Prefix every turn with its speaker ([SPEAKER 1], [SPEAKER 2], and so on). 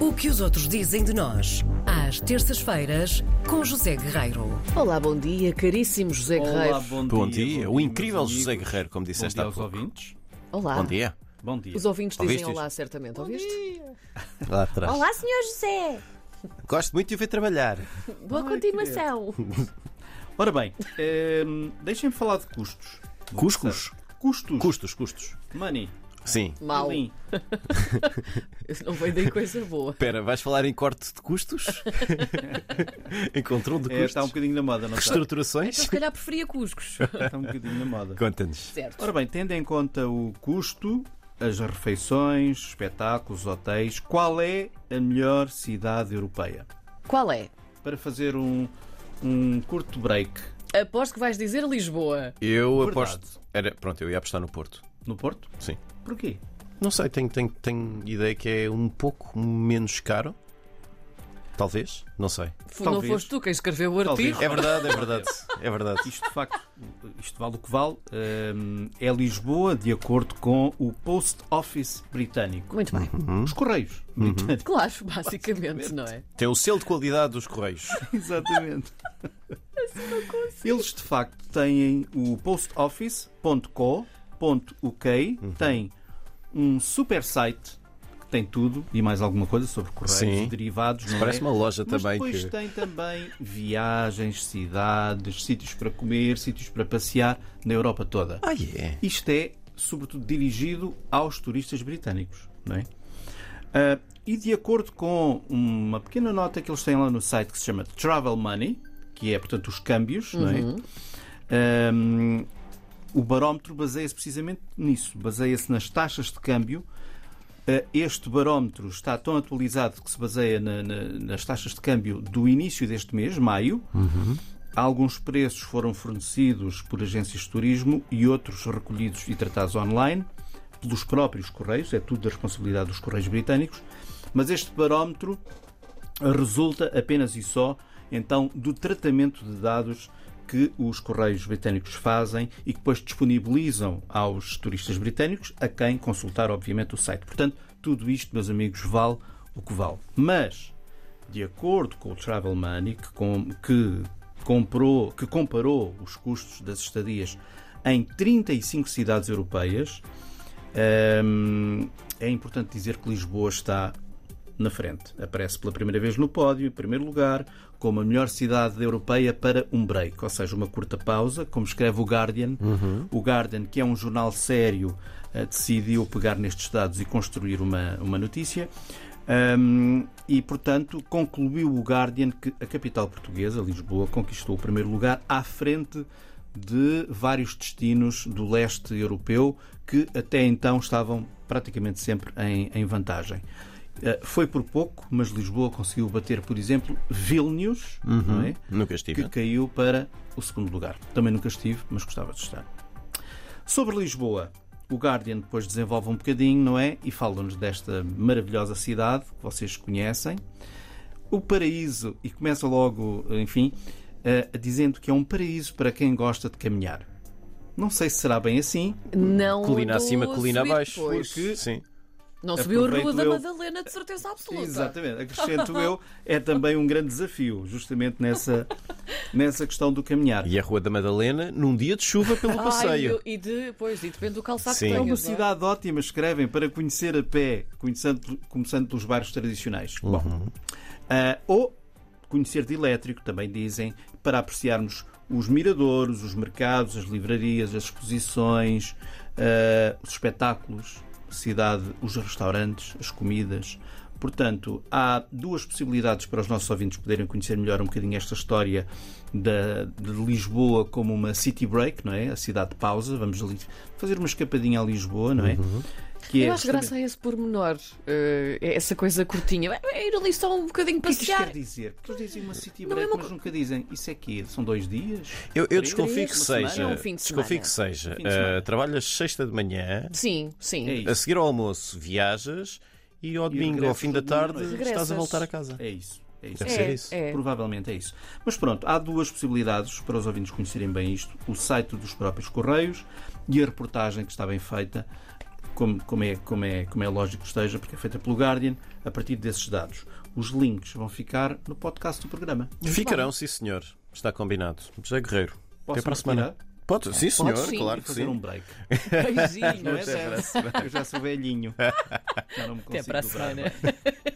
[SPEAKER 1] O que os outros dizem de nós, às terças-feiras, com José Guerreiro.
[SPEAKER 2] Olá, bom dia, caríssimo José
[SPEAKER 3] Olá,
[SPEAKER 2] Guerreiro.
[SPEAKER 3] bom,
[SPEAKER 4] Bom dia,
[SPEAKER 3] dia.
[SPEAKER 4] o incrível José Guerreiro, como
[SPEAKER 3] Bom
[SPEAKER 4] disseste
[SPEAKER 3] dia
[SPEAKER 4] há
[SPEAKER 3] aos
[SPEAKER 4] pouco.
[SPEAKER 3] ouvintes.
[SPEAKER 2] Olá.
[SPEAKER 4] Bom dia.
[SPEAKER 3] Bom dia.
[SPEAKER 2] Os ouvintes dizem
[SPEAKER 4] Ouvistes?
[SPEAKER 2] olá, certamente. Ouviste?
[SPEAKER 4] Ah, Lá atrás.
[SPEAKER 5] Olá, Sr. José!
[SPEAKER 4] Gosto muito de o ver trabalhar.
[SPEAKER 5] Boa continuação!
[SPEAKER 3] Ora bem, ehm, deixem-me falar de custos. Vou
[SPEAKER 4] Cuscos?
[SPEAKER 3] começar. Custos.
[SPEAKER 4] Custos, custos.
[SPEAKER 3] Money.
[SPEAKER 4] Sim.
[SPEAKER 2] Mal.
[SPEAKER 3] Sim.
[SPEAKER 2] Não veio daí coisa boa.
[SPEAKER 4] Espera, vais falar em corte de custos? em controle
[SPEAKER 3] É,
[SPEAKER 4] de custos?
[SPEAKER 3] está um bocadinho na moda, não está?
[SPEAKER 4] Reestruturações?
[SPEAKER 2] Se calhar preferia cuscos.
[SPEAKER 3] Está um bocadinho na moda.
[SPEAKER 4] Conta-nos.
[SPEAKER 2] certo.
[SPEAKER 3] Ora bem, tendo em conta o custo, as refeições, espetáculos, hotéis, qual é a melhor cidade europeia?
[SPEAKER 2] Qual é?
[SPEAKER 3] Para fazer um, um curto break
[SPEAKER 2] Aposto que vais dizer Lisboa.
[SPEAKER 4] Eu
[SPEAKER 3] Verdade.
[SPEAKER 4] aposto. Era, pronto, eu ia apostar no Porto.
[SPEAKER 3] no Porto.
[SPEAKER 4] Sim.
[SPEAKER 3] Porquê?
[SPEAKER 4] Não sei, tenho, tenho, tenho ideia que é um pouco menos caro. Talvez, não sei.
[SPEAKER 2] F- Não
[SPEAKER 3] Talvez.
[SPEAKER 2] foste tu quem escreveu o
[SPEAKER 3] Talvez.
[SPEAKER 2] artigo?
[SPEAKER 4] É verdade, é verdade. É verdade.
[SPEAKER 3] Isto de facto, isto vale o que vale, hum, é Lisboa, de acordo com o Post Office britânico.
[SPEAKER 2] É. Muito bem.
[SPEAKER 4] Uhum. Hum?
[SPEAKER 3] Os Correios britânicos.
[SPEAKER 2] Claro, basicamente, não é?
[SPEAKER 4] Tem o selo de qualidade dos Correios.
[SPEAKER 3] Exatamente. Eles de facto têm o postoffice.co.uk,
[SPEAKER 4] Uhum.
[SPEAKER 3] tem um super site que tem tudo e mais alguma coisa sobre correios
[SPEAKER 4] Sim.
[SPEAKER 3] derivados. Não
[SPEAKER 4] Parece
[SPEAKER 3] é?
[SPEAKER 4] uma loja
[SPEAKER 3] Mas
[SPEAKER 4] também
[SPEAKER 3] depois
[SPEAKER 4] que.
[SPEAKER 3] tem também viagens, cidades, sítios para comer, sítios para passear na Europa toda.
[SPEAKER 4] Ah, é.
[SPEAKER 3] Isto é, sobretudo, dirigido aos turistas britânicos. Não é? Ah, e de acordo com uma pequena nota que eles têm lá no site que se chama Travel Money, que é, portanto, os câmbios, não é? Ahm, o barómetro baseia-se precisamente nisso, baseia-se nas taxas de câmbio. Ah, Este barómetro está tão atualizado que se baseia na- na- nas taxas de câmbio do início deste mês, maio, Alguns preços foram fornecidos por agências de turismo e outros recolhidos e tratados online pelos próprios Correios, é tudo da responsabilidade dos Correios Britânicos, mas este barómetro resulta apenas e só, então, do tratamento de dados que os Correios Britânicos fazem e que depois disponibilizam aos turistas britânicos, a quem consultar, obviamente, o site. Portanto, tudo isto, meus amigos, vale o que vale. Mas, de acordo com o Travel Money, que, com- que comprou, que comparou os custos das estadias em 35 cidades europeias, hum, é importante dizer que Lisboa está na frente. Aparece pela primeira vez no pódio, em primeiro lugar, como a melhor cidade europeia para um break, ou seja, uma curta pausa, como escreve o Guardian. O Guardian, que é um jornal sério, eh, decidiu pegar nestes dados e construir uma, uma notícia. Hum, e, portanto, concluiu o Guardian que a capital portuguesa, Lisboa, conquistou o primeiro lugar à frente de vários destinos do leste europeu que até então estavam praticamente sempre em, em vantagem. Eh, Foi por pouco, mas Lisboa conseguiu bater, por exemplo, Vilnius, não é?
[SPEAKER 4] Nunca estive.
[SPEAKER 3] que caiu para o segundo lugar. Também nunca estive, mas gostava de estar. Sobre Lisboa, o Guardian depois desenvolve um bocadinho, não é? E fala-nos desta maravilhosa cidade que vocês conhecem. O paraíso, e começa logo, enfim, eh, dizendo que é um paraíso para quem gosta de caminhar. Não sei se será bem assim,
[SPEAKER 2] Não.
[SPEAKER 4] Colina
[SPEAKER 2] do
[SPEAKER 4] acima, colina
[SPEAKER 2] subir
[SPEAKER 4] abaixo.
[SPEAKER 2] depois.
[SPEAKER 3] porque
[SPEAKER 4] Sim.
[SPEAKER 2] Não subiu a Rua
[SPEAKER 3] Aproveito
[SPEAKER 2] da
[SPEAKER 3] eu.
[SPEAKER 2] Madalena, de certeza absoluta.
[SPEAKER 3] Exatamente, acrescento eu, é também um grande desafio, justamente nessa, nessa questão do caminhar.
[SPEAKER 4] E a Rua da Madalena num dia de chuva pelo
[SPEAKER 2] Ai,
[SPEAKER 4] passeio.
[SPEAKER 2] eu- e de, pois, e depende do calçado
[SPEAKER 4] Sim.
[SPEAKER 2] que
[SPEAKER 3] É
[SPEAKER 2] tenhas,
[SPEAKER 3] uma
[SPEAKER 2] não é?
[SPEAKER 3] cidade ótima, escrevem, para conhecer a pé, conhecendo- começando pelos bairros tradicionais. Bom, ah, ou conhecer de elétrico, também dizem, para apreciarmos os miradouros, os mercados, as livrarias, as exposições, ah, os espetáculos, a cidade, os restaurantes, as comidas. Portanto, há duas possibilidades para os nossos ouvintes poderem conhecer melhor um bocadinho esta história da, de Lisboa como uma city break, não é? A cidade de pausa. Vamos ali fazer uma escapadinha a Lisboa, não é? Que
[SPEAKER 2] Eu acho
[SPEAKER 3] justamente-
[SPEAKER 2] graça a esse pormenor, eh, essa coisa curtinha. É- É ir ali só um bocadinho
[SPEAKER 3] O que é que isto
[SPEAKER 2] passear.
[SPEAKER 3] quer dizer? Porque eles dizem uma city
[SPEAKER 2] Não é
[SPEAKER 3] break,
[SPEAKER 2] uma
[SPEAKER 3] mas
[SPEAKER 2] co-
[SPEAKER 3] nunca dizem isso é que São dois dias?
[SPEAKER 4] Eu, eu
[SPEAKER 3] Três,
[SPEAKER 4] desconfio que
[SPEAKER 3] uma
[SPEAKER 4] seja.
[SPEAKER 3] semana,
[SPEAKER 2] um fim de
[SPEAKER 4] desconfio
[SPEAKER 2] semana.
[SPEAKER 4] que seja.
[SPEAKER 3] Fim de semana.
[SPEAKER 4] ah, trabalhas sexta de manhã,
[SPEAKER 2] Sim, sim.
[SPEAKER 3] É isso.
[SPEAKER 4] a seguir ao almoço viajas e ao domingo, ao
[SPEAKER 3] regressas
[SPEAKER 4] fim da
[SPEAKER 3] domingo à
[SPEAKER 4] tarde,
[SPEAKER 3] noite.
[SPEAKER 4] estás a
[SPEAKER 2] Regressas.
[SPEAKER 4] voltar a casa.
[SPEAKER 3] É isso. É isso.
[SPEAKER 4] Deve ser isso.
[SPEAKER 2] É.
[SPEAKER 3] Provavelmente é isso. Mas pronto, há duas possibilidades para os ouvintes conhecerem bem isto: o site dos próprios Correios e a reportagem que está bem feita como, como é, como, é, como é lógico que esteja, porque é feita pelo Guardian, a partir desses dados. Os links vão ficar no podcast do programa.
[SPEAKER 4] Ficarão, sim, senhor. Está combinado. José Guerreiro.
[SPEAKER 3] Posso
[SPEAKER 4] até para a semana.
[SPEAKER 3] retirar?
[SPEAKER 4] Pode, sim, senhor,
[SPEAKER 2] Pode sim.
[SPEAKER 4] claro que
[SPEAKER 3] Fazer
[SPEAKER 4] sim.
[SPEAKER 3] um break.
[SPEAKER 2] Beijinhos.
[SPEAKER 3] Não é dessa. Eu já sou velhinho. Já não me
[SPEAKER 2] Até
[SPEAKER 3] consigo
[SPEAKER 2] para a
[SPEAKER 3] dobrar.
[SPEAKER 2] semana.